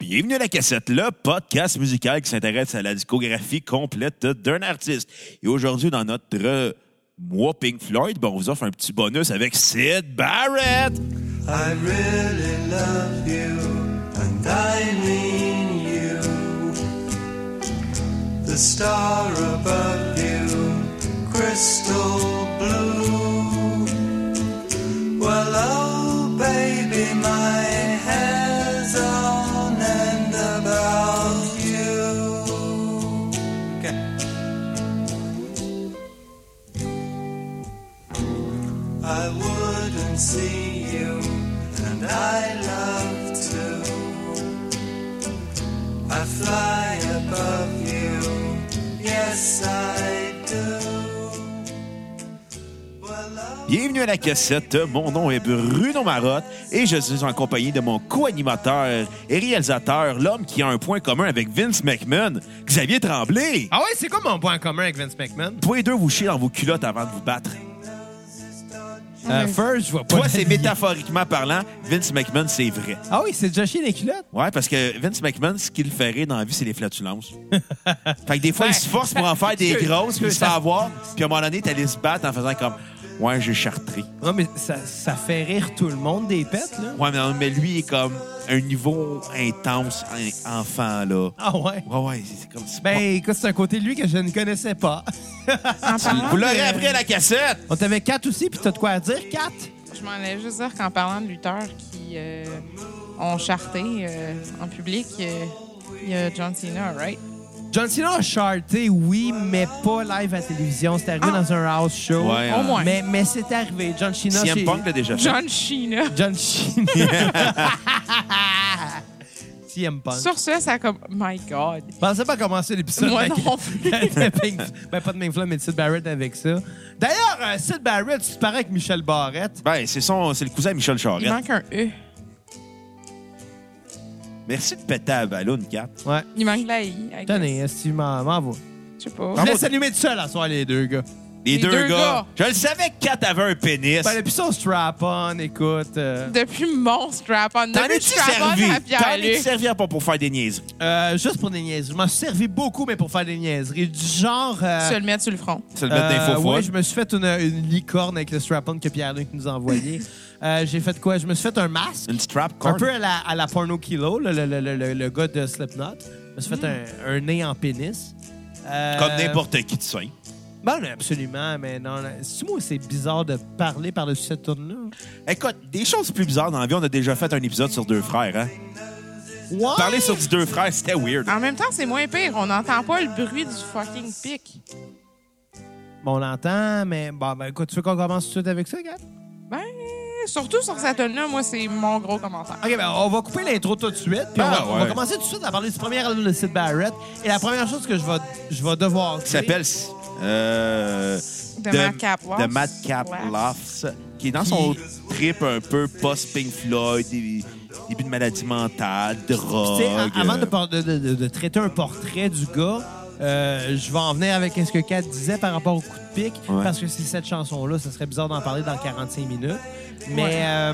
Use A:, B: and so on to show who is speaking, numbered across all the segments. A: Bienvenue à la cassette, le podcast musical qui s'intéresse à la discographie complète d'un artiste. Et aujourd'hui, dans notre euh, mois Pink Floyd, ben, on vous offre un petit bonus avec Sid Barrett.
B: I really love you, and I mean you. The star above you, crystal blue. Well, oh, baby, my hair's on end about you. I wouldn't see you, and I love to. I fly above you, yes, I do. Well, I
A: Bienvenue à la cassette, mon nom est Bruno Marotte et je suis en compagnie de mon co-animateur et réalisateur, l'homme qui a un point commun avec Vince McMahon, Xavier Tremblay.
C: Ah ouais, c'est quoi mon point en commun avec Vince McMahon?
A: Vous pouvez deux vous chier dans vos culottes avant de vous battre.
C: Euh, first, je vois pas.
A: Toi,
C: le-
A: c'est métaphoriquement parlant, Vince McMahon, c'est vrai.
C: Ah oui, c'est déjà chier les culottes.
A: Ouais, parce que Vince McMahon, ce qu'il ferait dans la vie, c'est les flatulences. fait que des fois, il se force pour en faire des
C: Excuse-
A: grosses, puis il se fait
C: excuse-
A: avoir. Puis à un moment donné, t'allais se battre en faisant comme Ouais, j'ai chartré.
C: Non, mais ça, ça fait rire tout le monde des pets, là.
A: Ouais, mais, non, mais lui, il est comme un niveau intense, un enfant, là.
C: Ah ouais?
A: Ouais, ouais, c'est c'est comme ça.
C: Ben, écoute, c'est un côté de lui que je ne connaissais pas.
D: En parlant
A: Vous
D: de-
A: l'aurez appris à la cassette!
C: On t'avait quatre aussi, puis t'as de quoi à dire, quatre?
D: Je m'en allais juste dire qu'en parlant de lutteurs qui euh, ont charté euh, en public, euh, il y a John Cena, right?
C: John Cena a charté, oui, mais pas live à la télévision. C'est arrivé
D: Ah.
C: dans un house show.
A: Ouais,
D: Au
A: hein.
D: moins.
C: Mais, mais c'est arrivé. John Cena,
A: CM
C: c'est-
A: Punk l'a déjà fait.
D: John Cena.
C: John Cena. CM Punk.
D: Sur ce, ça a comme. My God.
C: Je pensais pas commencer l'épisode.
D: Moi
C: avec-
D: non plus.
C: de Pink- ben, pas de Pink Floyd, mais de Sid Barrett avec ça. D'ailleurs, euh, Sid Barrett, tu te parais avec Michel Barrette.
A: Ben, c'est son, c'est le cousin de Michel
D: Il
A: Charette.
D: manque un E.
A: Merci de péter à ballon, Cap.
C: Ouais.
D: Il manque la I. I guess.
C: Tenez, est-ce que tu m'en- m'envoies?
D: Je sais pas.
C: Je laisse allumer tout seul à soir, les deux gars.
A: Les,
D: Les
A: deux,
D: deux
A: gars.
D: gars.
A: Je le savais que Kat avait un pénis.
C: Ben, depuis ça, on strap-on, écoute. euh,
D: Depuis mon strap-on.
A: T'en
D: Depuis le
A: es-tu
D: strap-on
A: servi?
D: à
A: T'en es-tu
D: Pierre-Luc.
A: servi à pas pour faire des niaiseries?
C: euh, juste pour des niaiseries. Je m'en suis servi beaucoup, mais pour faire des niaiseries. Du genre. euh,
D: Se le mettre sur le front.
A: C'est le mettre d'info
C: Euh, ouais, je me suis fait une, une licorne avec le strap-on que Pierre-Luc nous a envoyé. Euh, J'ai fait quoi? Je me suis fait un masque.
A: Une strap
C: Un
A: corn.
C: peu à la, à la Porno Kilo, le, le- le- le- le- le gars de Slipknot. Je me suis fait un, un nez en pénis. Euh,
A: Mm. Comme n'importe qui de sain.
C: Ben, absolument, mais non. non. C'est-tu moi, c'est bizarre de parler par-dessus cette tourne-là.
A: Écoute, des choses plus bizarres dans la vie, on a déjà fait un épisode sur deux frères. Hein?
C: Ouais!
A: Parler sur du deux frères, c'était weird.
C: Ah,
D: En même temps, c'est moins pire. On n'entend pas le bruit du fucking pic.
C: Bon, on l'entend, mais bon, ben, écoute, tu veux qu'on commence tout de suite avec ça, Gab?
D: Ben, surtout sur cette tonne-là, moi, c'est mon gros commentaire.
C: OK, ben, on va couper l'intro tout de suite, puis
A: Ah,
C: on, va, on
A: ouais.
C: va commencer tout de suite à parler du premier album de Sid Barrett. Et la première chose que je vais, je vais devoir.
A: Qui s'appelle. Euh,
D: De Madcap Laughs.
A: de Madcap
D: Laughs.
A: Laughs, Qui est dans son trip un peu post-Pink Floyd, dé- début de maladie mentale,
C: Puis,
A: drogue.
C: tu sais, a- avant de, par- de- de- de- de traiter un portrait du gars, euh, je vais en venir avec ce que Kat disait par rapport au coup de pic,
A: Ouais.
C: parce que c'est cette chanson-là, ça serait bizarre d'en parler dans 45 minutes. Mais
D: Ouais.
C: euh,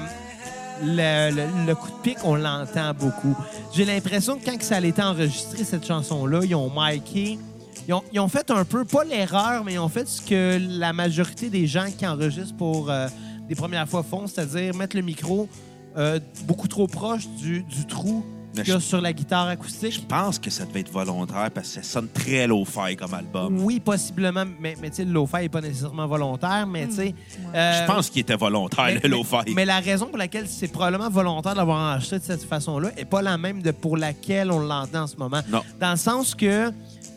C: le, le- le coup de pic, on l'entend beaucoup. J'ai l'impression que quand que ça a été enregistré, cette chanson-là, ils ont miqué. Ils ont, ils ont fait un peu, pas l'erreur, mais ils ont fait ce que la majorité des gens qui enregistrent pour euh, des premières fois font, c'est-à-dire mettre le micro euh, beaucoup trop proche du, du trou
A: Mais
C: qu'il y a
A: je-
C: sur la guitare acoustique.
A: Je pense que ça devait être volontaire parce que ça sonne très low-fi comme album.
C: Oui, possiblement, mais, mais tu sais, le lo-fi n'est pas nécessairement volontaire, mais tu sais.
A: Je
C: euh,
A: pense qu'il était volontaire,
C: mais-
A: le low-fi.
C: mais- Mais la raison pour laquelle c'est probablement volontaire d'avoir acheté de cette façon-là n'est pas la même de pour laquelle on l'entend en ce moment.
A: Non.
C: Dans le sens que.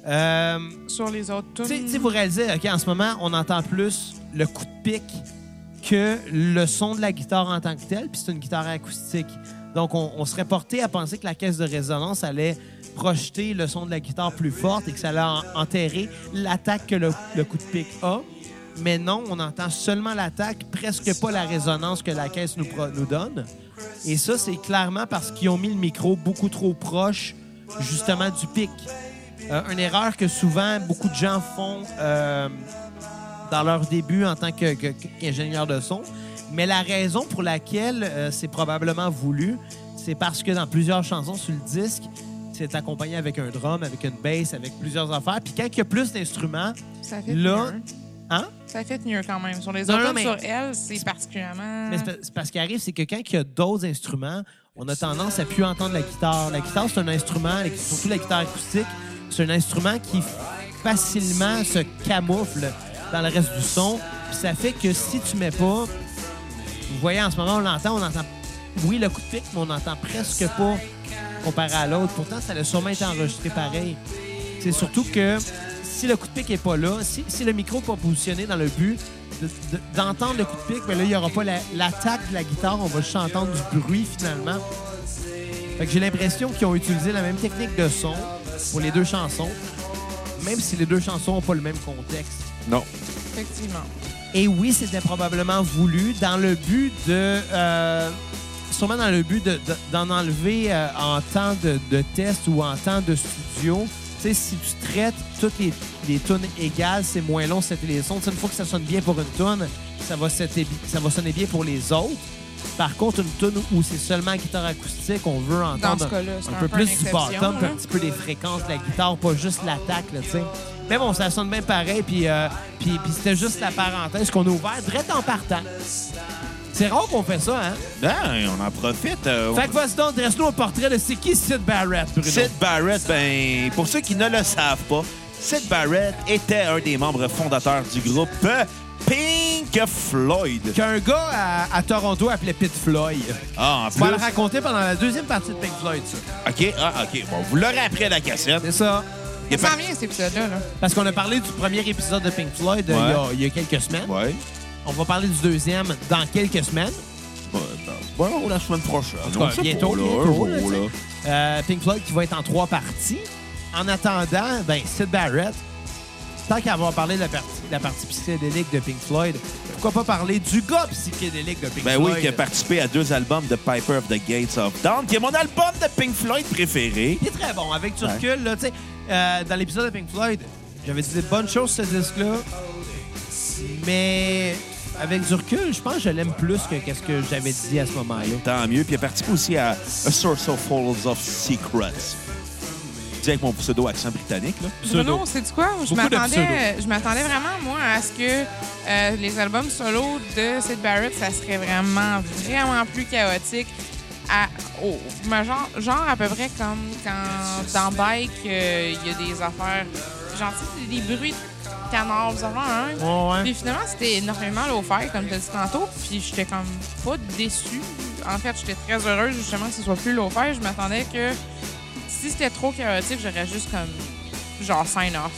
C: euh,
D: Sur les autres tunes.
C: Tu sais- tu sais, vous réalisez, OK, en ce moment, on entend plus le coup de pique que le son de la guitare en tant que tel, puis c'est une guitare acoustique. Donc, on, on serait porté à penser que la caisse de résonance allait projeter le son de la guitare plus forte et que ça allait en- enterrer l'attaque que le, le coup de pique a. Mais non, on entend seulement l'attaque, presque pas la résonance que la caisse nous, pro- nous donne. Et ça, c'est clairement parce qu'ils ont mis le micro beaucoup trop proche, justement, du pic. Euh, une erreur que souvent beaucoup de gens font euh, dans leur début en tant que- que- que- qu'ingénieur de son. Mais la raison pour laquelle euh, c'est probablement voulu, c'est parce que dans plusieurs chansons sur le disque, c'est accompagné avec un drum, avec une bass, avec plusieurs affaires. Puis quand il y a plus d'instruments,
D: Ça fait
C: Là-
D: mieux.
C: hein?
D: Ça fait mieux quand même. Sur les
C: Non,
D: autres,
C: non, mais-
D: sur elle, c'est particulièrement.
C: Mais c'est pa- c'est parce qu'il arrive, c'est que quand il y a d'autres instruments, on a tendance à plus entendre la guitare. La guitare, c'est un instrument, la- surtout la guitare acoustique, c'est un instrument qui facilement se camoufle dans le reste du son. Puis ça fait que si tu mets pas, vous voyez en ce moment, on l'entend, on entend, oui, le coup de pic, mais on n'entend presque pas comparé à l'autre. Pourtant, ça a sûrement été enregistré pareil. C'est surtout que si le coup de pic n'est pas là, si, si le micro n'est pas positionné dans le but de- de- d'entendre le coup de pic, ben là, il n'y aura pas la- l'attaque de la guitare. On va juste entendre du bruit finalement. Fait que j'ai l'impression qu'ils ont utilisé la même technique de son pour les deux chansons, même si les deux chansons n'ont pas le même contexte.
A: Non.
D: Effectivement.
C: Et oui, c'était probablement voulu dans le but de. euh, sûrement dans le but de- de- d'en enlever euh, en temps de, de test ou en temps de studio. Tu sais, si tu traites toutes les, les tunes égales, c'est moins long de setter les sons. Tu sais, une fois que ça sonne bien pour une tune, ça va, setter bi- ça va sonner bien pour les autres. Par contre, une tune où c'est seulement guitare acoustique, on veut
D: Dans ce
C: entendre
D: cas-là, c'est
C: un
D: un
C: peu plus du
D: une
C: bottom,
D: exception,
C: puis
D: là.
C: un petit peu les fréquences de la guitare, pas juste l'attaque, là, tu sais. Mais bon, ça sonne bien pareil, puis, euh, puis, puis c'était juste la parenthèse qu'on a ouverte, direct en partant. C'est rare qu'on fait ça, hein?
A: Ben, on en profite. euh,
C: Fait que vas-y donc, dresse-nous un portrait de c'est qui Oh. Sid Barrett, Bruno?
A: Sid Barrett, ben, pour ceux qui ne le savent pas, Sid Barrett était un des membres fondateurs du groupe euh, Pink Floyd.
C: Qu'un gars à, à Toronto appelait Pit Floyd.
A: Ah, en
C: On va le
A: plus.
C: raconter pendant la deuxième partie de Pink Floyd, ça.
A: OK, ah, OK. Bon, vous l'aurez après à la cassette.
C: C'est ça.
A: Il
D: Il
A: est pas-
D: s'en vient, cet épisode-là. Là.
C: Parce qu'on a parlé du premier épisode de Pink Floyd euh,
A: Ouais.
C: il, y a, il y a quelques semaines.
A: Ouais.
C: On va parler du deuxième dans quelques semaines.
A: Bon, ben, ou la semaine prochaine.
C: cas,
A: On sait
C: bientôt,
A: pas, là, oh, un
C: bientôt,
A: jour,
C: là, tu sais.
A: là.
C: Euh, Pink Floyd qui va être en trois parties. En attendant, ben, Sid Barrett, tant qu'à avoir parlé de la partie, de la partie psychédélique de Pink Floyd, pourquoi pas parler du gars psychédélique de Pink
A: Ben
C: Floyd?
A: oui, qui a participé à deux albums de Piper of the Gates of Dawn, qui est mon album de Pink Floyd préféré.
C: Il est très bon. Avec du
A: Ouais.
C: recul, là, tu sais, euh, dans l'épisode de Pink Floyd, j'avais dit des bonnes choses sur ce disque-là, mais avec du recul, je pense que je l'aime plus que qu'est-ce que j'avais dit à ce moment-là.
A: Tant mieux. Puis il a participé aussi à A Source of Falls of Secrets. Je dis avec mon pseudo-accent britannique, là.
D: Bruno, c'est du quoi? Je
C: Beaucoup de
D: m'attendais, je m'attendais vraiment, moi, à ce que euh, les albums solo de Sid Barrett, ça serait vraiment, vraiment plus chaotique. À, au- mais genre, genre à peu près comme quand dans Bike, euh, il y a des affaires, genre tu sais, des bruits de canards, vous avez un.
C: Ouais, ouais.
D: Puis finalement, c'était énormément low fi comme tu as dit tantôt. Puis j'étais comme pas déçue. En fait, j'étais très heureuse justement que ce soit plus low fi Je m'attendais que si c'était trop chaotique, j'aurais juste comme genre sign off.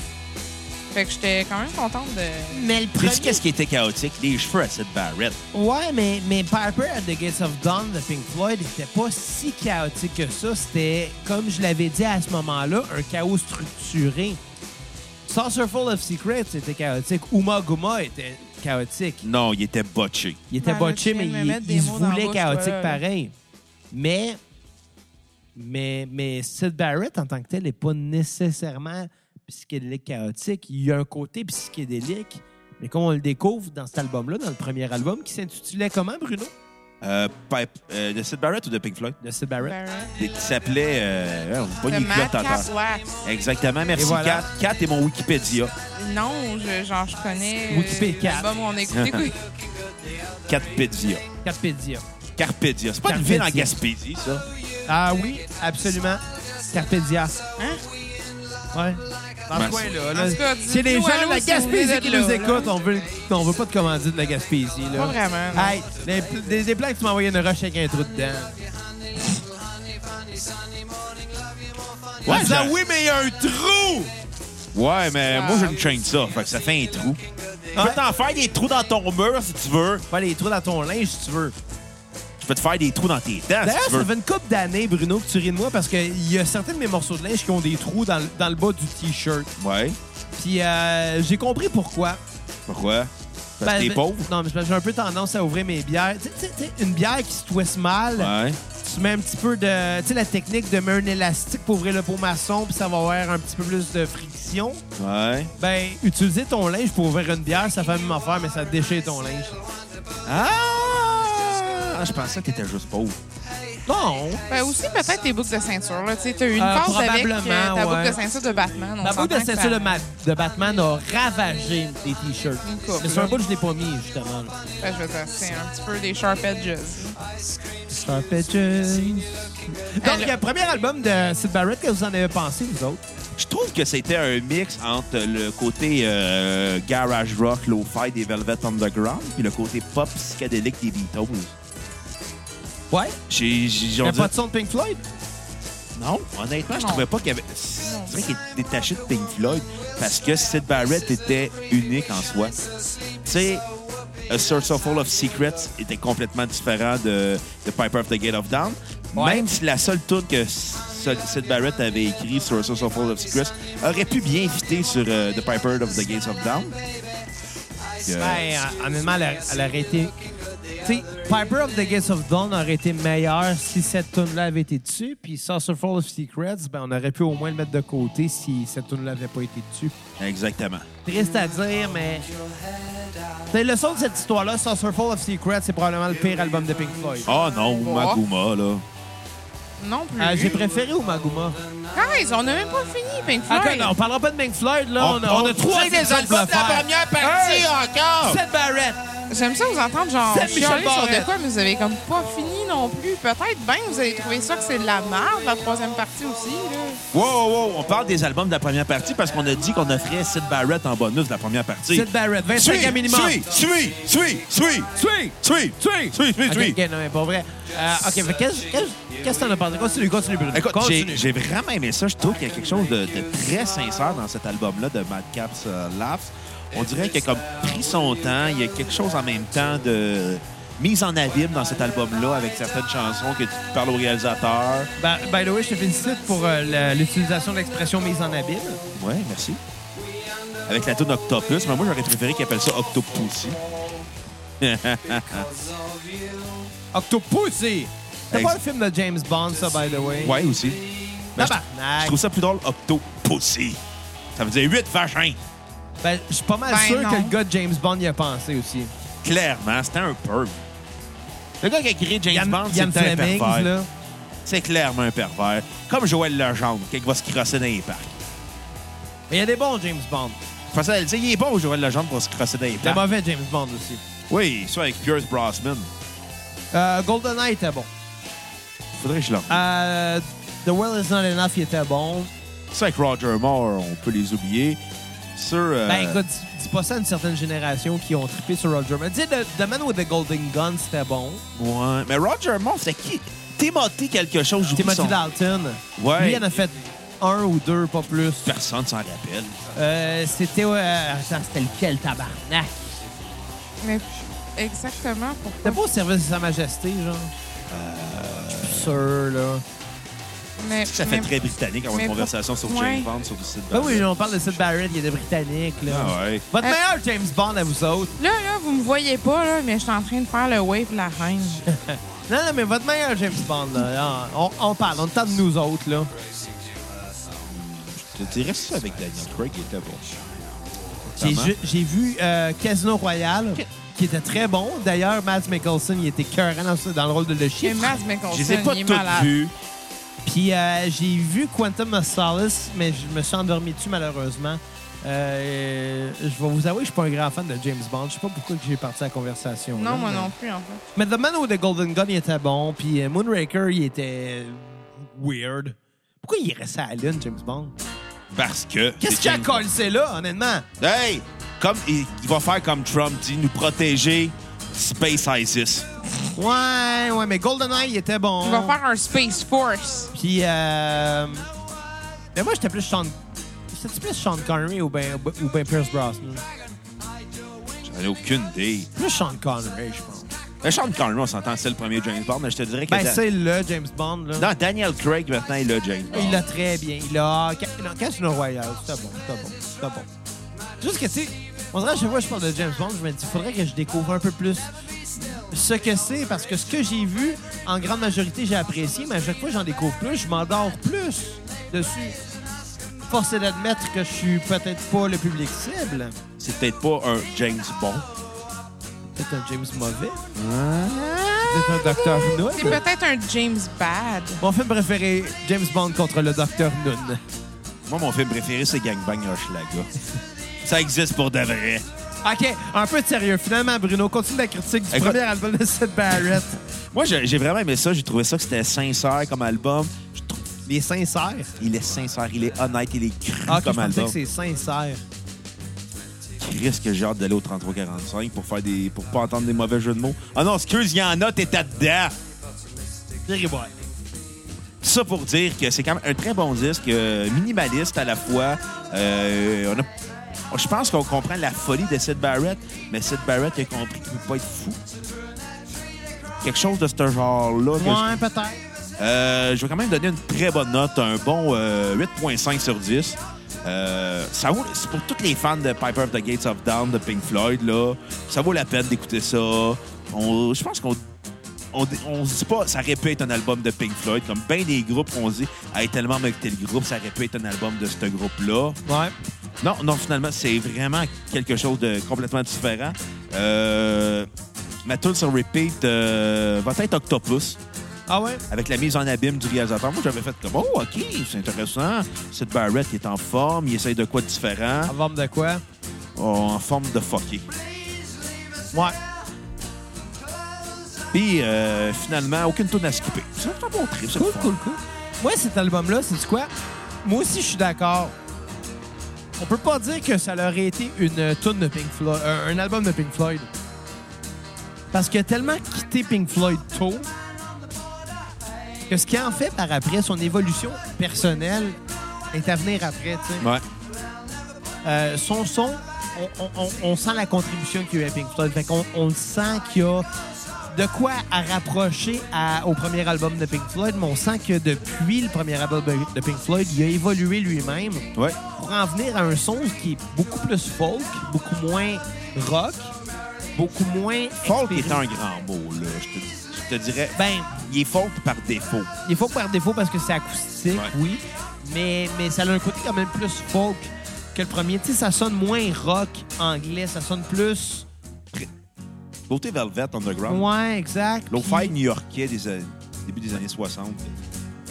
D: Fait que j'étais quand même contente de.
C: Mais le
A: Sais-tu qu'est-ce qui était chaotique? Les cheveux à cette barrette.
C: Ouais, mais, mais Piper at the Gates of Dawn de Pink Floyd n'était pas si chaotique que ça. C'était, comme je l'avais dit à ce moment-là, un chaos structuré. Saucerful of Secrets était chaotique. Uma Guma était chaotique.
A: Non, il était botché.
C: Il était
D: Ben là,
C: botché,
D: tu
C: mais
D: viens de me
C: il,
D: mettre des
C: il se
D: mots dans la
C: voulait
D: bouche,
C: chaotique
D: toi, là.
C: pareil. Mais, mais, mais Sid Barrett, en tant que tel, n'est pas nécessairement psychédélique chaotique. Il y a un côté psychédélique, mais comme on le découvre dans cet album-là, dans le premier album, qui s'intitulait comment, Bruno?
A: Euh, Pipe, euh, de Sid Barrett ou de Pink Floyd?
C: De Sid Barrett.
A: Qui s'appelait... Euh, on pas
D: De
A: une
D: Matt
A: clope en temps.
D: Kaplak.
A: Exactement. Merci,
C: Et
A: Kat.
C: voilà.
A: Kat est mon Wikipédia.
D: Non, je, genre je connais.
C: Wikipédia.
D: euh, l'album où on a écouté. quoi.
A: Catpedia.
C: Carpedia.
A: Carpedia. C'est pas une
C: Carpedia.
A: ville en Gaspésie, ça.
C: Ah oui, absolument. Carpedia.
D: Hein?
C: Ouais. Dans
A: Ben,
C: ce coin-là.
D: en
C: là.
D: tout cas,
C: C'est les
D: dites-nous
C: gens de
D: allô
C: la
D: si vous venez
C: Gaspésie
D: de
C: qui
D: là,
C: nous
D: là.
C: écoutent. On veut, on veut pas de commandite de la Gaspésie. Là.
D: Pas vraiment, non.
C: Hey, les, des, des plaques, tu m'as envoyé une roche avec un trou dedans.
A: Ouais,
C: ça,
A: j'ai-
C: oui, mais il y a un trou!
A: Ouais, mais
D: Ah.
A: moi, je me chaîne ça. Fait que ça fait un trou. Tu peux t'en faire des trous dans ton mur si tu veux.
C: Pas les trous dans ton linge, si tu veux.
A: Tu peux te faire des trous dans tes dents
C: D'ailleurs,
A: Ah, si tu
C: ça
A: veux.
C: fait une couple d'années, Bruno, que tu ris de moi parce qu'il y a certains de mes morceaux de linge qui ont des trous dans, le- dans le bas du T-shirt.
A: Ouais.
C: Puis euh, j'ai compris pourquoi.
A: Pourquoi? Parce
C: Ben,
A: que t'es
C: ben,
A: pauvre?
C: Non, mais c'est parce que j'ai un peu tendance à ouvrir mes bières. Tu sais, tu sais, tu sais, une bière qui se twist mal,
A: Ouais.
C: tu mets un petit peu de. Tu sais, la technique de mettre un élastique pour ouvrir le pot maçon, puis ça va avoir un petit peu plus de friction.
A: Ouais.
C: Ben, utiliser ton linge pour ouvrir une bière, ça fait la même affaire, mais ça déchire ton linge. Ah!
A: Ah! Je pensais que t'étais juste pauvre.
C: Non!
D: Ben aussi, peut-être tes boucles de ceinture. Là. Tu as eu une
C: Euh,
D: phase avec euh,
C: probablement,
D: ta
C: ouais.
D: boucle de ceinture de Batman. on
C: La boucle de
D: s'entend que
C: ceinture
D: ça-
C: de, Ma- de Batman a ravagé des t-shirts.
D: Une coupe,
C: Mais sur un
D: là.
C: bout, je l'ai pas mis, justement. là.
D: Ben, je veux dire, c'est un petit peu des sharp edges.
C: Sharp Edges. Donc,
D: Elle-
C: le premier album de Sid Barrett, que vous en avez pensé, vous autres?
A: Je trouve que c'était un mix entre le côté euh, garage rock, low-fi des Velvet Underground puis le côté pop psychédélique des Beatles.
C: Ouais.
A: J'ai, j'ai, j'ai- on
C: Il
A: dirait-
C: pas de son de Pink Floyd?
A: Non, honnêtement, je
D: Non.
A: trouvais pas qu'il y avait. C'est vrai qu'il est détaché de Pink Floyd parce que Sid Barrett était unique en soi. Tu sais, A Search of All of Secrets était complètement différent de, de Piper of the Gate of Dawn.
C: Ouais.
A: Même si la seule tune que S- Sid Barrett avait écrite sur A Search of All of Secrets aurait pu bien fitter sur euh, The Piper of the Gates of Dawn. Euh,
C: Ben, euh, honnêtement, elle, a- elle aurait été. Tu sais, Piper of the Gates of Dawn aurait été meilleure si cette tune-là avait été dessus. Puis Saucerful of Secrets, ben, on aurait pu au moins le mettre de côté si cette tune-là n'avait pas été dessus.
A: Exactement.
C: Triste à dire, mais. Tu sais, le son de cette histoire-là, Saucerful of Secrets, c'est probablement le pire album de Pink Floyd.
A: Oh non, Maguma, là.
D: Non
A: Ah.
D: plus.
C: Euh, J'ai préféré au Maguma.
D: Guys, on n'a même pas fini, Pink
A: Ah,
C: Encore,
D: Floyd.
C: Ah, non, on parlera pas de Pink Floyd, là. On, a, on a trois
A: des
C: épisodes
A: albums de
C: faire.
A: la première partie
C: Hey!
A: encore!
C: Seth Barrett.
D: J'aime ça vous entendre, genre,
C: C'est Michel
D: chialer sur
C: Barrette.
D: de quoi, mais vous avez comme pas fini non plus. Peut-être bien vous allez trouver ça que c'est de la merde, la troisième partie aussi. Là.
A: Wow, wow, wow, on parle des albums de la première partie parce qu'on a dit qu'on offrait Sid Barrett en bonus de la première partie.
C: Seth Barrett, 25
A: Suis,
C: ans minimum.
A: suis, suis, suis, suis,
C: Suis!
A: suis,
C: Three.
A: suis, suis,
C: Ok,
A: suis.
C: ok, non, mais pas vrai. Euh, ok, fait qu'est-ce qu'est-ce- qu'est-ce que t'en as pensé? Continue, continue, Bruno.
A: Écoute, j'ai
C: continue.
A: j'ai vraiment aimé ça. Je trouve qu'il y a quelque chose de, de très sincère dans cet album-là de Madcap's euh, Laughs. On dirait qu'il a comme pris son temps. Il y a quelque chose en même temps de mise en abîme dans cet album-là avec certaines chansons que tu parles au réalisateur.
C: Ben, by the way, je te félicite pour euh, la- l'utilisation de l'expression mise en abîme.
A: Ouais, merci. Avec la tune Octopus, mais moi j'aurais préféré qu'ils appellent ça Octopussy.
C: Octopussy! C'est
A: Ex-
C: pas le film de James Bond, ça, by the way?
A: Ouais, aussi. Mais je-
C: Tabarnak.
A: Je trouve ça plus drôle, Octopussy. Ça veut dire 8 vagins.
C: Ben, je suis pas mal
D: Ben
C: sûr
D: non.
C: que le gars de James Bond y a pensé aussi.
A: Clairement, c'était un perv. Le gars qui a créé James
C: Yann,
A: Bond,
C: Yann
A: c'était un
C: Flemings,
A: pervers.
C: là.
A: C'est clairement un pervers. Comme Joël Legendre, qui va se crosser dans les parcs.
C: Mais il y a des bons James Bond.
A: Je pensais, elle disait, il est bon, Joël Legendre, pour se crosser dans les
C: Des
A: parcs.
C: mauvais James Bond aussi.
A: Oui, ça avec Pierce Brosnan.
C: Euh, GoldenEye était bon.
A: Faudrait que je le remette.
C: Euh, The World Is Not Enough, il était bon.
A: Ça avec Roger Moore, on peut les oublier. Sur. euh,
C: Ben écoute, dis- dis pas ça à une certaine génération qui ont trippé sur Roger Moore. Dis, The, The Man with the Golden Gun, c'était bon.
A: ouais. Mais Roger Moore, c'est qui Timothy quelque chose, j'oublie
C: Timothy
A: son-
C: Dalton.
A: Ouais. Ben.
C: Lui, il en a fait un ou deux, pas plus.
A: Personne s'en rappelle.
C: Euh, c'était... euh, attends, c'était lequel, tabarnak?
D: Mais exactement pourquoi.
C: C'était pas au service de Sa Majesté, genre?
A: Euh,
C: Je suis sûr, là.
D: Mais,
A: Ça fait
D: mais-
A: très britannique avoir
D: mais
A: une conversation sur
D: ouais.
A: James Bond, sur le site
C: Ben oui, on parle de Sid Barrett, il est Britannique, là.
A: Ah ouais.
C: Votre
D: Euh,
C: meilleur James Bond à vous autres.
D: Là, là, vous me voyez pas, là, mais je suis en train de faire le wave de la reine.
C: Non, non, mais votre meilleur James Bond, là. On, on parle, on parle de nous autres, là.
A: Je te dirais ça avec Daniel Craig, il était bon.
C: J'ai
A: Notamment.
C: ju- J'ai vu euh, Casino Royale, qui était très bon. D'ailleurs, Mads Mikkelsen, il était cœurant dans, ce- dans le rôle de Le
D: J'ai
C: Chiffre.
D: Mads McConson,
A: Je les ai pas
D: il est
A: toutes
D: malade.
A: vues.
C: Puis euh, j'ai vu Quantum of Solace, mais je me suis endormi dessus, malheureusement. Euh, je vais vous avouer, je suis pas un grand fan de James Bond. Je sais pas pourquoi que j'ai parti la conversation. là,
D: Non, moi
C: mais-
D: non plus, en fait.
C: Mais The Man with the Golden Gun, il était bon. Puis euh, Moonraker, il était weird. Pourquoi il est resté à la Lune, James Bond?
A: Parce que.
C: Qu'est-ce
A: c'est
C: qu'il a
A: James
C: collé c'est là, honnêtement?
A: Bond. Hey! Comme, il, il va faire comme Trump dit, nous protéger Space ISIS.
C: Ouais, ouais, mais GoldenEye, il était bon.
D: On va faire un Space Force.
C: Puis, euh... Mais moi, j'étais plus Sean... C'était-tu plus Sean Connery ou ben, ou ben Pierce Brosnan?
A: J'en ai aucune idée.
C: Plus Sean Connery, je pense.
A: Le Sean Connery, on s'entend, c'est le premier James Bond, mais je te dirais que.
C: Ben,
A: Dan-
C: c'est le James Bond, là.
A: Non, Daniel Craig, maintenant, il a James Bond.
C: Il l'a très bien. Il a... Ca- Non, Casino Royale, c'était bon, c'était bon, c'était bon. Juste que, tu sais, on dirait à chaque fois que je parle de James Bond, je me dis, faudrait que je découvre un peu plus ce que c'est, parce que ce que j'ai vu, en grande majorité, j'ai apprécié, mais à chaque fois que j'en découvre plus, je m'endors plus dessus. Force est d'admettre que je suis peut-être pas le public cible.
A: C'est peut-être pas un James Bond.
C: C'est un James mauvais.
E: C'est un docteur Noon.
D: C'est peut-être un James Bad.
C: Mon film préféré, James Bond contre le Docteur Noon.
A: Moi, mon film préféré, c'est Gangbang Hochelaga. Ça existe pour de vrai.
C: OK, un peu de sérieux. Finalement, Bruno, continue la critique du
A: Écoute-
C: premier album de Seth Barrett.
A: Moi, j'ai j'ai vraiment aimé ça. J'ai trouvé ça que c'était sincère comme album. Je trouve
C: Les sincères.
A: il est sincère, il est honnête, il est cru
C: Ah, ok,
A: comme
C: je pensais
A: album.
C: que c'est sincère.
A: Chris, que j'ai hâte d'aller au 33-45 pour faire des, pour pas entendre des mauvais jeux de mots. Ah non, excuse, il y en a, t'étais dedans.
C: Terrible.
A: Ça pour dire que c'est quand même un très bon disque, euh, minimaliste à la fois. Euh, on a- je pense qu'on comprend la folie de Sid Barrett, mais Sid Barrett il a compris qu'il ne peut pas être fou. Quelque chose de ce genre-là. que
C: Ouais, peut-être.
A: je, euh, je vais quand même donner une très bonne note, un bon euh, 8.5 sur 10. Euh, ça vaut, c'est pour tous les fans de Piper of the Gates of Down de Pink Floyd, là, ça vaut la peine d'écouter ça. On- je pense qu'on on, on se dit pas, ça aurait pu être un album de Pink Floyd, comme bien des groupes, on se dit, hey, tellement avec tel groupe, ça aurait pu être un album de ce groupe-là.
C: Ouais.
A: Non, non, finalement, c'est vraiment quelque chose de complètement différent. Euh, ma tune sur repeat euh, va être Octopus,
C: Ah ouais?
A: avec la mise en abîme du réalisateur. Moi, j'avais fait comme, oh, OK, c'est intéressant. Cette Barrett il est en forme, il essaye de quoi de différent, Oh,
C: Avant de quoi?
A: en forme de fucké.
C: Ouais.
A: Puis, euh, finalement, aucune tune à skipper. C'est un bon trip, c'est le
C: Cool,
A: fun.
C: cool, cool. Moi, cet album-là, c'est quoi? Moi aussi, je suis d'accord. On peut pas dire que ça aurait été une tune de Pink Floyd, euh, un album de Pink Floyd. Parce qu'il a tellement quitté Pink Floyd tôt que ce qu'il en fait par après, son évolution personnelle est à venir après. tu sais.
A: Ouais.
C: Euh, son son, on, on- on- on sent la contribution qu'il y a eu à Pink Floyd. Fait qu'on on le sent qu'il y a de quoi à rapprocher à- au premier album de Pink Floyd, mais on sent que depuis le premier album de Pink Floyd, il a évolué lui-même
A: Ouais.
C: pour en venir à un son qui est beaucoup plus folk, beaucoup moins rock, beaucoup moins
A: Folk est
C: expéri-
A: un grand mot, là. Je te, je te dirais.
C: Ben,
A: Il est folk par défaut.
C: il faut par défaut parce que c'est acoustique,
A: Ouais.
C: oui, mais, mais ça a un côté quand même plus folk que le premier. Tu sais, ça sonne moins rock anglais, ça sonne plus...
A: Côté Velvet Underground.
C: Ouais, exact.
A: Lo-fi new-yorkais des années- début des années 60.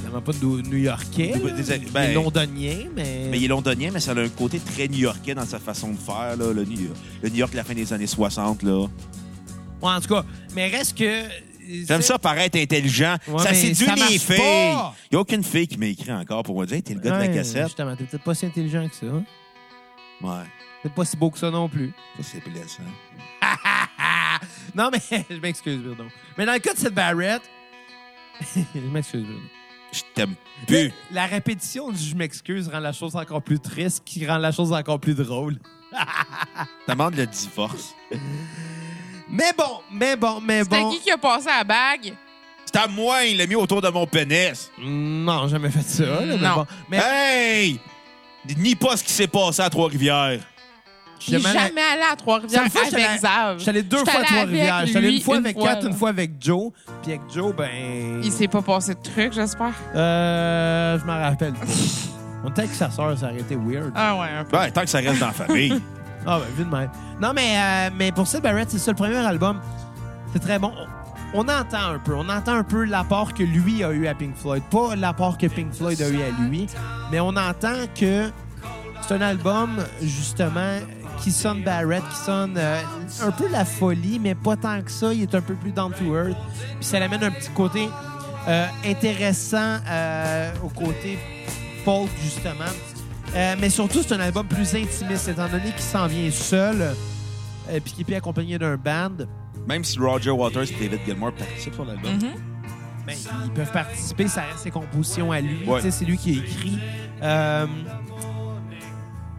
C: Vraiment pas de New-Yorkais,
A: Des-
C: là,
A: des-
C: mais
A: ben-
C: londonien, mais...
A: Mais il est londonien, mais ça a un côté très new-yorkais dans sa façon de faire. Là. Le, New le New York de la fin des années 60. là.
C: Ouais, en tout cas, mais reste que...
A: J'aime ça paraître intelligent.
C: Ouais,
A: ça
C: mais
A: séduit
C: ça
A: les
C: marche
A: filles.
C: pas.
A: Il n'y a aucune fille qui m'écrit encore pour me dire Hey, T'es le gars de la
C: Ouais,
A: cassette.
C: Justement, t'es peut-être pas si intelligent que ça. hein.
A: Ouais,
C: T'es pas si beau que ça non plus.
A: ça c'est blessant.
C: Non, mais je m'excuse, Bruno. Mais dans le cas de cette barrette, je m'excuse, Bruno.
A: Je t'aime plus.
C: La répétition du je m'excuse rend la chose encore plus triste, qui rend la chose encore plus drôle.
A: Ça demande le divorce.
C: Mais bon, mais bon, mais
D: C'était
C: bon.
D: qui qui a passé la bague?
A: C'est à moi, il l'a mis autour de mon pénis.
C: Non, jamais fait ça. là, mais
D: Non.
C: bon. Mais
A: Hein? Hey! Ni pas ce qui s'est passé à Trois-Rivières.
D: J'ai
C: Jamais-
D: jamais allé à Trois-Rivières
C: Seule fois, j'étais allé-
D: avec Zav.
C: J'étais allé deux
D: J'étais
C: fois à
D: allée
C: Trois-Rivières.
D: avec
C: J'étais allé
D: lui
C: une fois avec Kat,
D: là.
C: une fois avec Joe. Puis avec Joe, ben.
D: Il s'est pas passé de truc, j'espère.
C: Euh. Je m'en rappelle. pas. On était avec sa sœur, ça aurait été weird.
D: Ah ouais, un peu.
A: Ben, tant que ça reste dans la famille.
C: Ah, ben, vu de même. Non, mais, euh, mais pour Syd Barrett, c'est ça, le premier album. C'est très bon. On on entend un peu. On entend un peu l'apport que lui a eu à Pink Floyd. Pas l'apport que Pink Floyd a eu à lui, mais on entend que c'est un album, justement, qui sonne Barrett, qui sonne euh, un peu la folie, mais pas tant que ça. Il est un peu plus down to earth. Puis ça l'amène un petit côté euh, intéressant euh, au côté folk, justement. Euh, mais surtout, c'est un album plus intimiste, étant donné qu'il s'en vient seul, euh, puis qu'il est accompagné d'un band.
A: Même si Roger Waters et David Gilmour participent sur l'album.
C: ben, ils peuvent participer, ça reste ses compositions à lui.
A: Ouais.
C: Tu sais, C'est lui qui a écrit. Euh,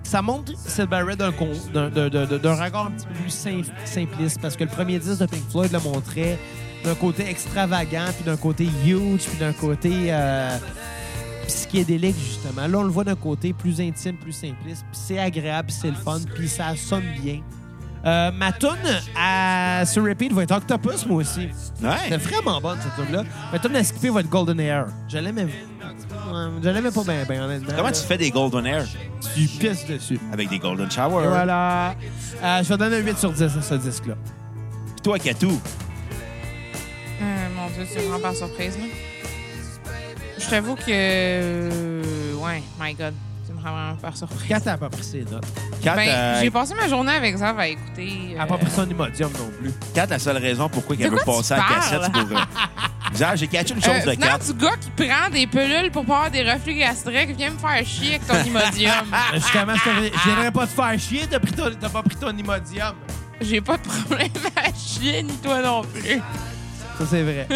C: ça montre Sid Barrett d'un con- d'un- d'un- d'un- d'un regard un petit peu plus sim- simpliste parce que le premier disque de Pink Floyd le montrait d'un côté extravagant, puis d'un côté huge, puis d'un côté euh, psychédélique, justement. Là, on le voit d'un côté plus intime, plus simpliste, puis c'est agréable, puis c'est le fun, puis ça sonne bien. Euh, ma tune à ce repeat va être Octopus, moi aussi.
A: Mm-hmm. Ouais.
C: C'était vraiment bonne, cette tune-là. Mais Tom n'a skippé votre Golden Air. Je l'aimais. Ouais, Je l'aimais pas bien, bien, honnêtement.
A: Comment tu fais des Golden Air?
C: tu pisses dessus?
A: Avec des Golden Shower.
C: Et voilà. Euh, je vais donner un 8 sur 10 à ce disque-là.
A: Puis Toi, Katou,
D: Euh, Dieu, c'est vraiment par surprise, là. Je t'avoue que. euh, Ouais, my God. Tu me rends vraiment par surprise.
C: Kat n'a pas pris ses notes.
A: Kat,
D: Ben,
A: euh,
D: j'ai passé ma journée avec Zav à écouter.
C: Elle
D: euh,
C: n'a pas pris son Imodium non plus.
A: Kat, la seule raison pourquoi qu'elle
D: De
A: veut
D: quoi
A: passer
D: tu
A: à la cassette
D: parles?
A: pour. euh, Xav, j'ai catché une chose
D: euh,
A: de Kat.
D: venant du gars qui prend des pilules pour pas avoir des reflux gastriques, viens me faire chier avec ton Imodium.
C: Euh, Justement, je te- je viendrais pas te faire chier, t'as pris ton- t'as pas pris ton Imodium.
D: J'ai pas de problème à chier, ni toi non plus.
C: Ça, c'est vrai.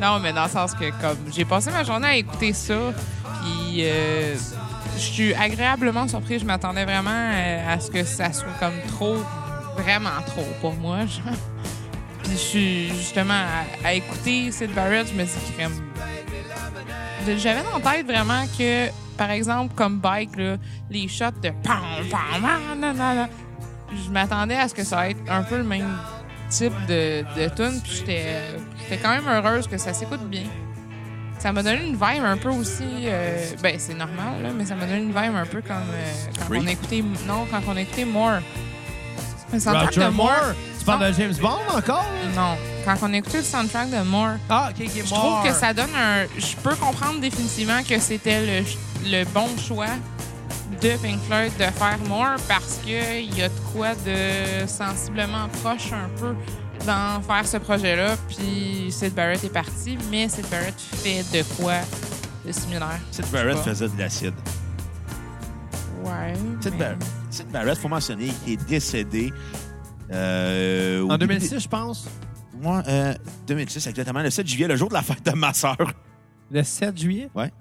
D: Non, mais dans le sens que, comme, j'ai passé ma journée à écouter ça, puis euh, je suis agréablement surpris. Je m'attendais vraiment euh, à ce que ça soit comme trop, vraiment trop pour moi, genre. Puis je suis justement à, à écouter Sid Barrett, je me suis dit, crème. De- J'avais en tête vraiment que, par exemple, comme Bike, là, les shots de pam, pam, pam, nan, nan, nan, je m'attendais à ce que ça va être un peu le même type de, de tune, puis j'étais j'étais quand même heureuse que ça s'écoute bien. Ça m'a donné une vibe un peu aussi, euh, ben c'est normal, là, mais ça m'a donné une vibe un peu comme euh, quand
A: Creep?
D: on écoutait, non, quand on écoutait More. Mais ça
C: Roger
D: de More,
C: Tu parles de James Bond encore? là?
D: non. Quand on écoute le soundtrack de More,
C: Ah, ok, ok,
D: je
C: Moore.
D: trouve que ça donne un. Je peux comprendre définitivement que c'était le, ch- le bon choix de Pink Floyd de faire More parce qu'il y a de quoi de sensiblement proche un peu dans faire ce projet-là. Puis Sid Barrett est parti, mais Sid Barrett fait de quoi de similaire.
A: Sid Barrett
D: Je sais pas.
A: faisait de l'acide.
D: Ouais.
A: Sid
D: mais-
A: Barrett, Sid Barrett, faut mentionner, qui est décédé. euh, au
C: En
A: début
C: 2006, je pense.
A: des- Moi, euh, 2006, exactement. Le 7 juillet, le jour de la fête de ma sœur.
C: Le 7 juillet?
A: Ouais.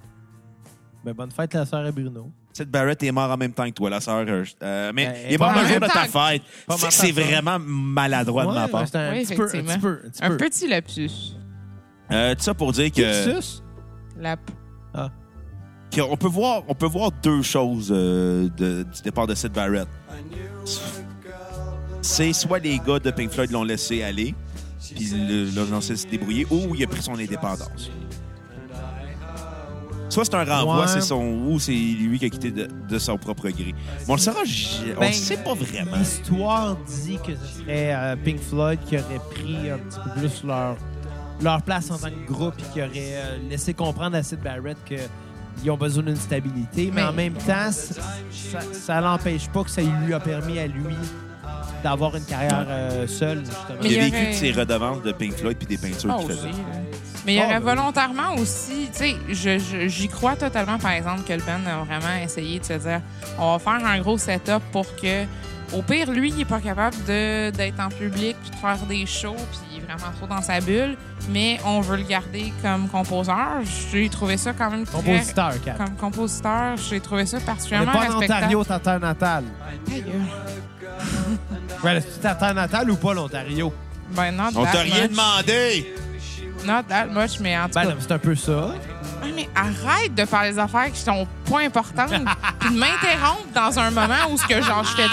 C: Ben, bonne fête, la sœur et Bruno.
A: Sid Barrett est mort en même temps que toi, la sœur. euh, euh, mais
C: Ben,
A: il est mort
D: pas en
A: le jour
D: même
A: de ta
D: temps
A: fête.
C: Pas en
A: C'est
C: même
A: que c'est
C: temps que toi.
A: vraiment maladroit de ma
C: Ouais,
A: part.
C: ben, c'est un
D: Oui,
C: petit peu, un
D: effectivement.
C: petit peu, un petit
D: Un
C: peu.
D: petit lapsus.
A: Euh, tout ça pour dire que
C: Lapsus?
D: La...
A: qu'on peut voir, on peut voir deux choses euh, de- du départ de Sid Barrett. C'est soit les gars de Pink Floyd l'ont laissé aller, puis le- l'ont lancé se débrouiller, ou il a pris son indépendance. Soit c'est un renvoi,
C: Ouais.
A: c'est son ou c'est lui qui a quitté de, de son propre gré. Mais on le saura, j- on
C: Ben,
A: le sait pas vraiment.
C: L'histoire dit que ce serait euh, Pink Floyd qui aurait pris un petit peu plus leur, leur place en tant que groupe et qui aurait euh, laissé comprendre à Sid Barrett qu'ils ont besoin d'une stabilité. Mais
D: Mais-
C: en même temps, c- ça, ça l'empêche pas que ça lui a permis à lui d'avoir une carrière euh, seule, justement.
D: Mais
A: il a
D: il y
A: vécu
D: aurait-
A: de ses redevances de Pink Floyd puis des peintures
D: Ah,
A: qu'il
D: aussi,
A: faisait.
D: là. Mais il y
C: Ah, ben
D: aurait
C: oui.
D: volontairement aussi, tu sais, je- je- j'y crois totalement, par exemple, que le band a vraiment essayé de se dire on va faire un gros setup pour que, au pire, lui, il n'est pas capable de- d'être en public puis de faire des shows puis il est vraiment trop dans sa bulle, mais on veut le garder comme composeur. J'ai trouvé ça quand même très.
C: Compositeur, Kat.
D: Comme compositeur, j'ai trouvé ça
C: On n'est
D: particulièrement
C: pas en
D: respectable.
C: Ontario, ta terre natale.
D: Ta gueule.
C: Ouais, c'est ta terre natale ou pas l'Ontario?
D: Ben, not
A: On t'a
D: that
A: rien
D: much.
A: demandé!
D: Not that much, mais en tout
C: Ben,
D: cas,
C: non, c'est un peu ça.
D: Ah, mais arrête de faire les affaires qui sont pas importantes puis de m'interrompre dans un moment où ce que genre je fais du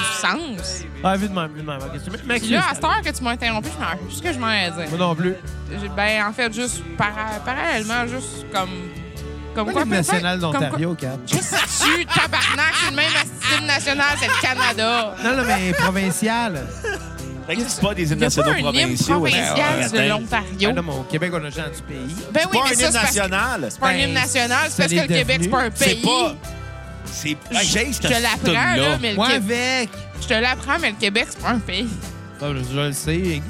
D: sens.
C: Ah, vu de même, vu de même. Ok, tu m-
D: Puis
C: m'excuses.
D: là, à cette heure que tu m'as interrompu, je m'en ce que je m'en ai à dire.
C: Moi non plus.
D: J'ai- Ben, en fait, juste para- parallèlement, juste comme. Comme
C: Pourquoi
D: quoi,
C: l'hymne national
D: peut-être- comme
C: d'Ontario, Kat?
D: quoi- Qu'est-ce que tu, tabarnak? C'est le même hymne national, c'est le Canada.
C: Non, non, mais provincial.
A: Fait que c'est pas des hymnes
D: Il n'y a pas
A: nationaux
D: un hymne
A: provinciaux.
D: provincial
A: hein,
D: de l'Ontario.
C: Ah non, mais au Québec, on a gens du pays.
D: Ben
A: C'est pas
D: oui, mais
A: un
D: ça,
A: hymne
D: c'est parce que-
A: national.
D: c'est pas un hymne
C: Ben,
D: national. C'est parce
C: ça
D: que le
C: l'est
D: Québec, c'est pas un
A: C'est
D: pays.
A: pas. C'est. Ah, j'ai
D: Je te l'apprends, là, mais le
C: Moi
D: Québec-
C: avec.
D: Je te l'apprends, mais le Québec, c'est pas un pays.
C: Ah, je, je le sais.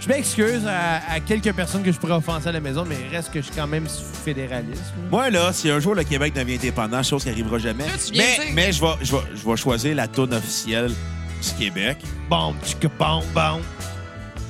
C: Je m'excuse à, à quelques personnes que je pourrais offenser à la maison, mais reste que je suis quand même fédéraliste. là.
A: Moi, là, si un jour le Québec devient indépendant, chose qui n'arrivera jamais.
D: Là, tu viens
A: Mais,
D: de dire.
A: mais je vais je vais- je vais choisir la toune officielle du Québec.
C: Bon, petit que bon, bon.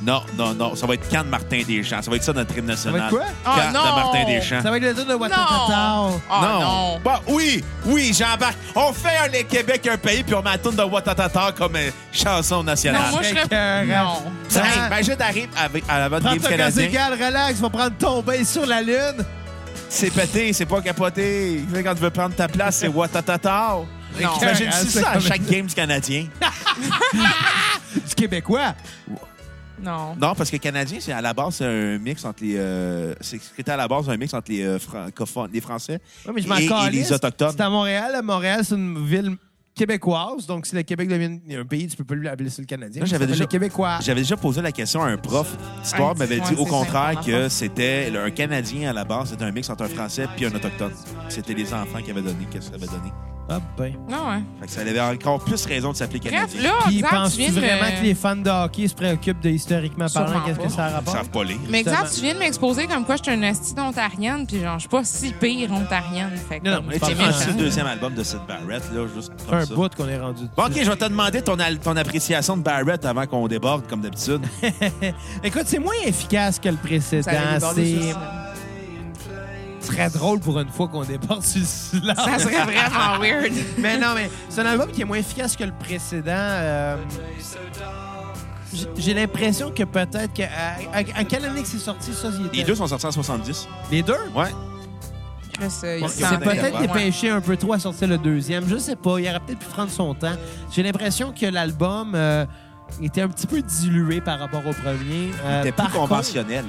A: Non, non, non. Ça va être quand de Martin Deschamps. Ça va être ça notre hymne national.
C: Ça va être quoi?
A: Quand
D: Ah,
A: de
D: non!
A: Martin Deschamps.
C: Ça va être le tour de
D: Non!
C: Watatata.
D: Ah non!
A: Bah, oui, oui, j'embarque. On fait un le Québec un pays, puis on met la toune de Watatata comme euh, chanson nationale.
D: Non, moi, je serais...
C: Écœurant.
D: Non.
A: Tiens, imagine, t'arrives avec- à l'avant
C: euh, Prends
A: game
C: ton cas
A: canadien.
C: égal, relax, va prendre ton bain sur la lune.
A: C'est pété, c'est pas capoté. Tu sais, Quand tu veux prendre ta place, c'est watatata.
D: Non.
A: T'imagines
C: Écœurant,
A: ça à
C: comme-
A: chaque game du Canadien?
C: Du Québécois.
D: Non.
A: Non, parce que Canadien, c'est à la base c'est un mix entre les. euh, c'est c'était à la base un mix entre les euh, francophones, les Français
C: Oui, mais je m'en
A: et, et
C: calisse.
A: les autochtones.
C: C'est à Montréal. Montréal, c'est une ville québécoise. Donc, si le Québec devient un pays, tu peux pas lui appeler ça le Canadien.
A: Moi, j'avais
C: Ça s'appelle
A: déjà-
C: le Québécois.
A: J'avais déjà posé la question à un prof d'histoire,
D: Ouais,
A: m'avait dit
D: ouais,
A: au
D: c'est
A: contraire
D: ça,
A: que c'était le- un Canadien à la base, c'était un mix entre un Français puis un Autochtone. C'était les enfants qui avaient donné, que ça avait donné.
C: Hop, ben.
D: Non, ouais.
A: Fait que ça avait encore plus raison de s'appeler
D: Bref,
A: Canadien.
D: là,
C: Puis,
D: Xav, Ah, tu
C: penses-tu
D: viens de.
C: vraiment
D: me-
C: que les fans de hockey se préoccupent de historiquement parlant?
D: Sûrement
C: Qu'est-ce que
D: pas.
C: ça
A: Ils
C: rapporte?
A: savent pas lire.
D: Mais Xav,
C: Justement.
D: tu viens de m'exposer comme quoi je suis une asti d'Ontarienne, puis genre, je suis pas si pire Ontarienne. Fait que
C: Non,
D: comme,
C: non,
A: Mais
D: c'est
A: tu
C: parle-
A: sais,
D: méchant.
A: c'est le deuxième album de Sid Barrett, là, juste
C: Ça
A: comme
C: fait
A: ça.
C: un bout qu'on est rendu. dessus.
A: Bon, OK, je vais te demander ton, al- ton appréciation de Barrett avant qu'on déborde, comme d'habitude.
C: Écoute, c'est moins efficace que le précédent.
D: Ça allait déborder sur
C: C'est
D: ça.
C: très drôle pour une fois qu'on déborde sur le silence.
D: Ça serait vraiment weird.
C: mais non, mais c'est un album qui est moins efficace que le précédent. euh, j- J'ai l'impression que peut-être que. À, à- à quelle année que c'est sorti, ça? il était-
A: Les deux sont sortis en 70.
C: Les deux?
A: Ouais.
D: Chris, euh, il
A: Bon,
D: se
A: c'est
C: C'est
D: sentait
C: peut-être
D: loin.
C: dépêché un peu trop à sortir le deuxième. Je sais pas. Il aurait peut-être pu prendre son temps. J'ai l'impression que l'album euh, était un petit peu dilué par rapport au premier. Euh,
A: C'était
C: par
A: plus conventionnel.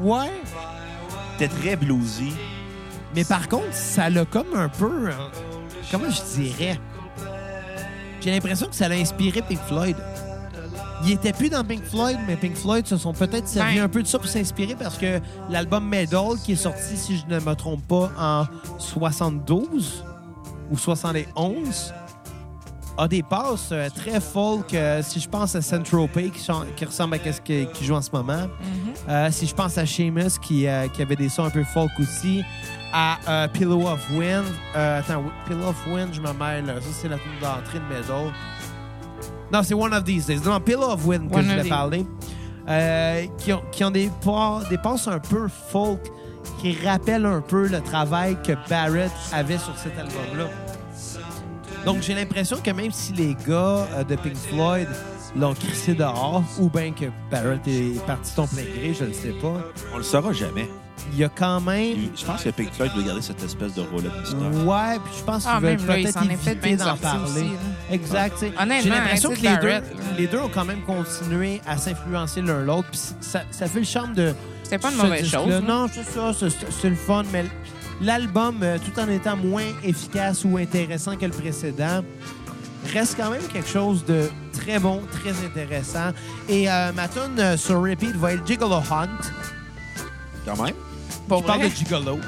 C: contre- ouais.
A: C'était très bluesy.
C: Mais par contre, ça l'a comme un peu. hein, Comment je dirais? J'ai l'impression que ça l'a inspiré Pink Floyd. Il était plus dans Pink Floyd, mais Pink Floyd se sont peut-être servi
D: Ben.
C: un peu de ça pour s'inspirer parce que l'album Medal, qui est sorti, si je ne me trompe pas, en 72 ou 71, a des passes euh, très folk. euh, si je pense à Saint-Tropez, qui, chan- qui ressemble à ce qu'il joue en ce moment,
D: Mm-hmm.
C: euh, si je pense à Seamus, qui, euh, qui avait des sons un peu folk aussi, à euh, Pillow of Wind. euh, attends, oui, Pillow of Wind, je me mêle. Ça, c'est la tune d'entrée de Metal. Non, c'est One of These Days. Non, Pillow of Wind que
D: One
C: je
D: of
C: voulais
D: These.
C: parler. Euh, qui, ont, qui ont des, pas- des passes un peu folk qui rappellent un peu le travail que Barrett avait sur cet album-là. Donc, j'ai l'impression que même si les gars euh, de Pink Floyd l'ont crissé dehors, ou bien que Barrett est parti son plein gré, je ne sais pas,
A: On le saura jamais.
C: il y a quand même...
A: Je pense que Pink Floyd veut garder cette espèce de rôle mystère.
C: Ouais, puis je pense qu'ils
D: Ah,
C: veulent
D: même là, il
C: peut-être
D: s'en est fait
C: éviter
D: bien
C: d'en
D: sorti
C: parler.
D: aussi, là.
C: Exact. tu sais.
D: Honnêtement,
C: J'ai l'impression
D: hein,
C: que
D: tu sais,
C: les deux,
D: Barrett, là.
C: les deux ont quand même continué à s'influencer l'un l'autre. Puis ça, ça fait le charme de.
D: C'était pas une
C: ce
D: mauvaise
C: disque-là.
D: chose. hein. là.
C: Non, c'est ça, c'est- c'est c'est le fun, mais l'album, euh, tout en étant moins efficace ou intéressant que le précédent, reste quand même quelque chose de très bon, très intéressant. Et euh, ma tune euh, sur repeat va être Gigolo Hunt.
A: Quand même.
D: Pour
C: Je parle
D: vrai.
C: de Gigolo.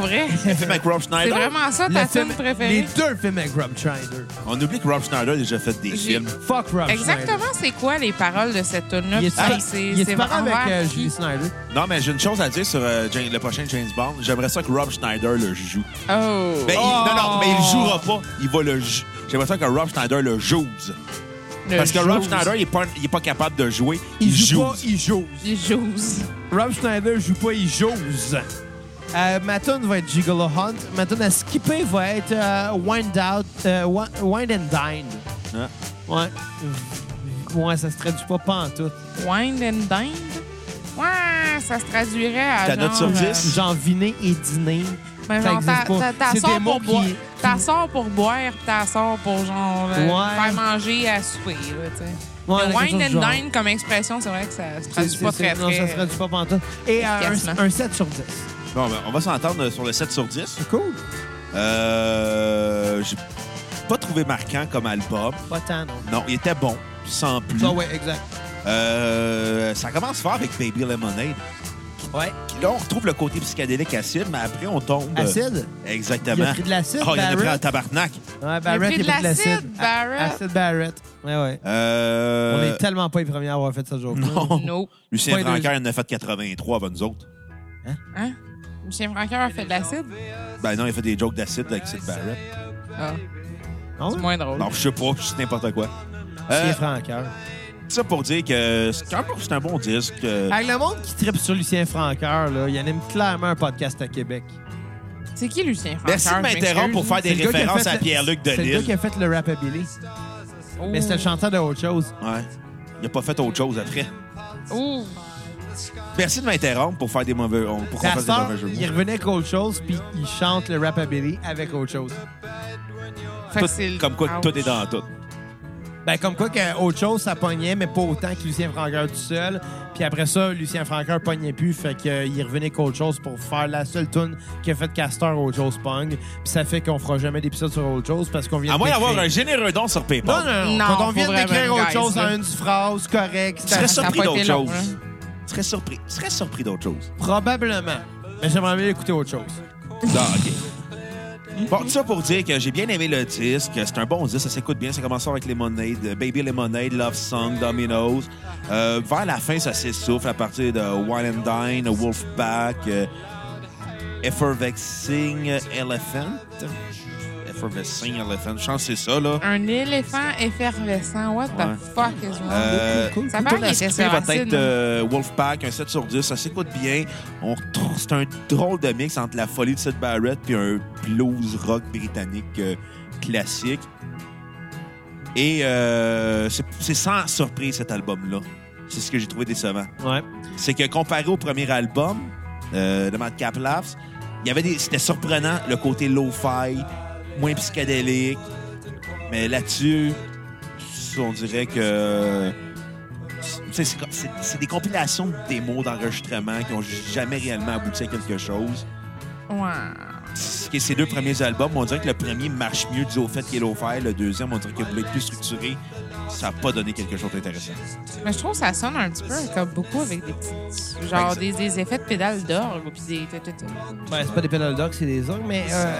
D: vrai.
A: Fait avec Rob
D: C'est
A: Schneider.
D: vraiment ça ta
C: Le film-
D: tune préférée.
C: Les deux films avec Rob Schneider.
A: On oublie que Rob Schneider a déjà fait des
D: J'ai-
A: films.
C: Fuck Rob Schneider.
D: Exactement, c'est quoi les paroles de cette tune-là?
C: Il est
D: Puis
C: séparé-
D: c'est-
C: il est
D: c'est
C: séparé
D: envers
C: avec euh,
D: qui?
C: Julie Snyder.
A: Non, mais j'ai une chose à dire sur euh, Jane- le prochain James Bond. J'aimerais ça que Rob Schneider le joue.
D: Oh.
A: Ben, il- non, non, mais il le jouera pas. Il va le ju- J'aimerais ça que Rob Schneider le joue.
D: Le
A: Parce que Rob
D: joue.
A: Schneider, il est pas, il est pas capable de jouer.
C: Il joue pas,
A: joue.
C: il joue.
D: Il joue.
C: Rob Schneider joue pas, il jose. Euh, ma tune va être Gigolo Hunt. Ma tune à skipper va être euh, Wind Out, euh, Wi- Wind and Dine.
A: Hein?
C: Ouais. Ouais, ça se traduit pas pantoute.
D: Wind and Dine? Ouais, ça se traduirait à.
A: Ta note
D: genre,
A: sur
D: euh,
A: 10?
C: Genre viner et dîner.
D: Ben,
C: Ça
D: genre,
C: existe
D: t'as-
C: pas.
D: t'as- t'as
C: C'est
D: sort
C: des mots
D: pour
C: qui-
D: boire,
C: qui-
D: t'as sort pour boire, t'as sort pour genre euh,
C: Ouais.
D: faire manger à souper, là, tu sais.
C: Ouais,
D: Le
C: quelque chose
D: wine
C: du
D: and
C: genre.
D: dine comme expression, c'est vrai que ça se traduit
C: C'est-
D: pas
C: c'est-
D: très
C: Non,
D: très.
C: ça se traduit pas pantoute. Et euh, un,
D: efficacement.
C: un 7 sur 10.
A: Bon, ben, on va s'entendre sur le 7 sur 10.
C: C'est cool.
A: Euh, j'ai pas trouvé marquant comme album.
C: Pas tant, non.
A: Non, il était bon, sans plus.
C: Ça, ouais, exact.
A: Euh, ça commence fort avec Baby Lemonade.
C: Ouais.
A: Là, on retrouve le côté psychédélique acide, mais après, on tombe. euh,
C: Acide. Il
A: Exactement.
C: a pris de l'acide,
A: Oh, il en a pris en
C: Barrett.
A: tabarnak.
C: Ouais, Barrett,
D: pris de
C: il a pris de
D: l'acide,
C: l'acide. A-
D: Barrett.
C: Acide Barrett. Ouais, ouais.
A: Euh,
C: On est tellement pas les premiers à avoir fait ça, jour.
A: Non.
D: No.
A: Lucien
C: Pas
A: Francaire, il en a fait 83 avant nous autres.
D: Hein? Lucien Francoeur a fait de l'acide?
A: Ben non, il a fait des jokes d'acide avec Sid Barrett.
D: Ah,
C: Non?
D: c'est moins drôle.
A: Non, je sais pas, c'est n'importe quoi.
C: Lucien
A: Euh,
C: Francoeur.
A: ça pour dire que c'est quand même- c'est un bon disque. euh,
C: Avec le monde qui tripe sur Lucien Francoeur, là, il anime clairement un podcast à Québec.
D: C'est qui Lucien Francoeur?
A: Merci de m'interrompre pour faire des
C: C'est le gars qui a
A: références
C: fait
A: à
C: le-
A: Pierre-Luc
C: C'est le gars qui
A: Delisle.
C: a fait le Rapabilly. Mais c'était le chanteur de autre chose.
A: Ouais. Il a pas fait autre chose après.
D: Ouh!
A: Merci de m'interrompre pour faire des mauvais, on- pour qu'on
C: La
A: fasse des
C: star,
A: mauvais jeux. de mots.
C: il revenait avec autre chose, puis il chante le Rapabilly avec autre chose.
D: Fait que c'est
A: Tout-
D: le-
A: comme quoi,
D: Ouch.
A: tout est dans tout.
C: Ben, comme quoi que autre chose, ça pognait, mais pas autant que Lucien Francoeur tout seul. Puis après ça, Lucien Franqueur pognait plus, fait euh, qu'il revenait qu'autre chose pour faire la seule tune qui a fait Castor Old Joe's Pong. Puis ça fait qu'on fera jamais d'épisode sur Old Joe's parce qu'on vient
A: À
C: de
A: moins
C: décrire-
A: d'avoir un généreux don sur
C: Non,
A: PayPal.
C: non, non.
D: Non,
C: Quand on
D: faut
C: vient de
D: vraiment
C: d'écrire
D: une
C: autre
D: guise,
C: chose en
D: là.
C: une phrase correcte,
A: Je serais
D: Ça a
A: surpris
D: pas
A: d'autre
D: été long,
A: chose.
D: hein.
A: Je serais surpris. Je serais surpris d'autre chose.
C: probablement. Mais j'aimerais bien écouter autre chose.
A: Non, OK.
D: Hmm.
A: Bon, tout ça pour dire que j'ai bien aimé le disque. C'est un bon disque, ça s'écoute bien. Ça commence avec Lemonade, Baby Lemonade, Love Song, Dominoes. Euh, vers la fin, ça s'essouffle à partir de Wild and Dine, Wolfpack, euh, Effervescing Elephant. Effervescing Elephant, je pense que c'est ça, là.
D: Un éléphant effervescent. What the
A: Ouais.
D: fuck is wrong?
A: Euh,
D: Ça
A: tout
D: parle
A: le
D: qu'il était
A: SP
D: sur
A: va
D: acide,
A: être euh, Wolfpack, un 7 sur 10. Ça s'écoute bien. On retrouve- C'est un drôle de mix entre la folie de Seth Barrett puis un blues rock britannique euh, classique. Et euh, c'est c'est sans surprise, cet album-là. C'est ce que j'ai trouvé décevant.
C: Ouais.
A: C'est que comparé au premier album euh, de Matt Caplaps, il y avait des... c'était surprenant le côté low-fi, moins psychédélique. Mais là-dessus, on dirait que c'est- c'est comme- c'est c'est des compilations de démos d'enregistrement qui n'ont jamais réellement abouti à quelque chose.
D: Ouais.
A: Ce qui est Ces deux premiers albums, on dirait que le premier marche mieux dû au fait qu'il est offert. Le deuxième, on dirait qu'il voulait être plus structuré. Ça n'a pas donné quelque chose d'intéressant.
D: Mais je trouve que ça sonne un petit peu comme beaucoup avec des petits. Genre des, des effets de pédales d'orgue. Puis des. tout, tout, tout.
C: Ben, c'est pas des pédales d'orgue, c'est des orgues, mais euh,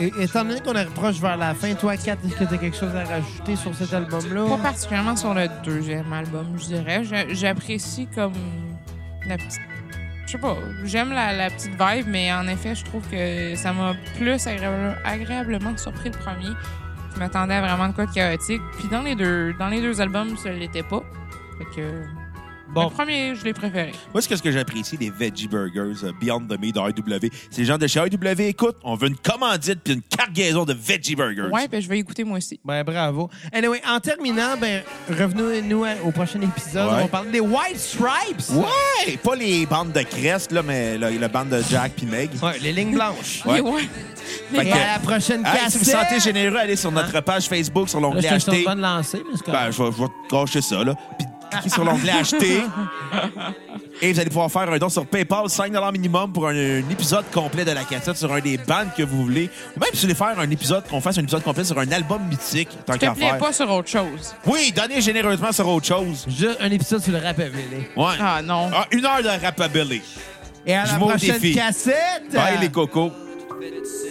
C: é- étant donné qu'on approche vers la fin, toi, Kat, est-ce que t'as quelque chose à rajouter sur cet album-là?
D: Pas particulièrement sur le deuxième album, je dirais. Je- J'apprécie comme la petite. Je sais pas, j'aime la, la petite vibe, mais en effet, je trouve que ça m'a plus agréable- agréablement surpris le premier. Je m'attendais à vraiment de quoi de chaotique. Puis dans les deux, dans les deux albums, ça l'était pas. Fait que.
C: Bon.
D: Le premier, je l'ai préféré.
A: Moi, ce que, ce que j'apprécie des Veggie Burgers euh, Beyond the Meat de IW, c'est les gens de chez IW, écoute, on veut une commandite puis une cargaison de Veggie Burgers.
D: Ouais, ben je vais écouter moi aussi.
C: Ben, bravo. Anyway, en terminant, ben, revenons-nous à- au prochain épisode.
A: Ouais.
C: On va parler des White Stripes.
A: Ouais! Pas les bandes de Crest, là, mais le, le bande de Jack puis Meg.
C: Ouais, les lignes blanches.
A: Ouais.
D: Mais ouais.
A: Fait
C: Et
A: que-
C: à la prochaine
A: Hey,
C: cassette. Hein?
A: si vous sentez généreux, allez sur notre page Facebook, sur
C: Là,
A: l'onglet
C: je suis
A: Acheter.
C: bonne lancée, mais c'est
A: Ben,
C: correct.
A: je vais, je vais te gâcher ça, là. Puis cliquez sur l'onglet Acheter. Et vous allez pouvoir faire un don sur PayPal, 5 minimum pour un, un épisode complet de la cassette sur un des bandes que vous voulez. Ou même si vous voulez faire un épisode, qu'on fasse un épisode complet sur un album mythique, tant
D: Je
A: qu'à
D: te plais
A: faire.
D: pas sur autre chose.
A: Oui, donnez généreusement sur autre chose.
C: Juste un épisode sur le rap à Vélé.
A: Ouais.
D: Ah non.
A: Ah, une heure de rapabilly.
C: Et à
A: Je
C: la
A: m'en
C: prochaine
A: défie.
D: Ah.
C: cassette.
A: Bye les cocos.
B: It's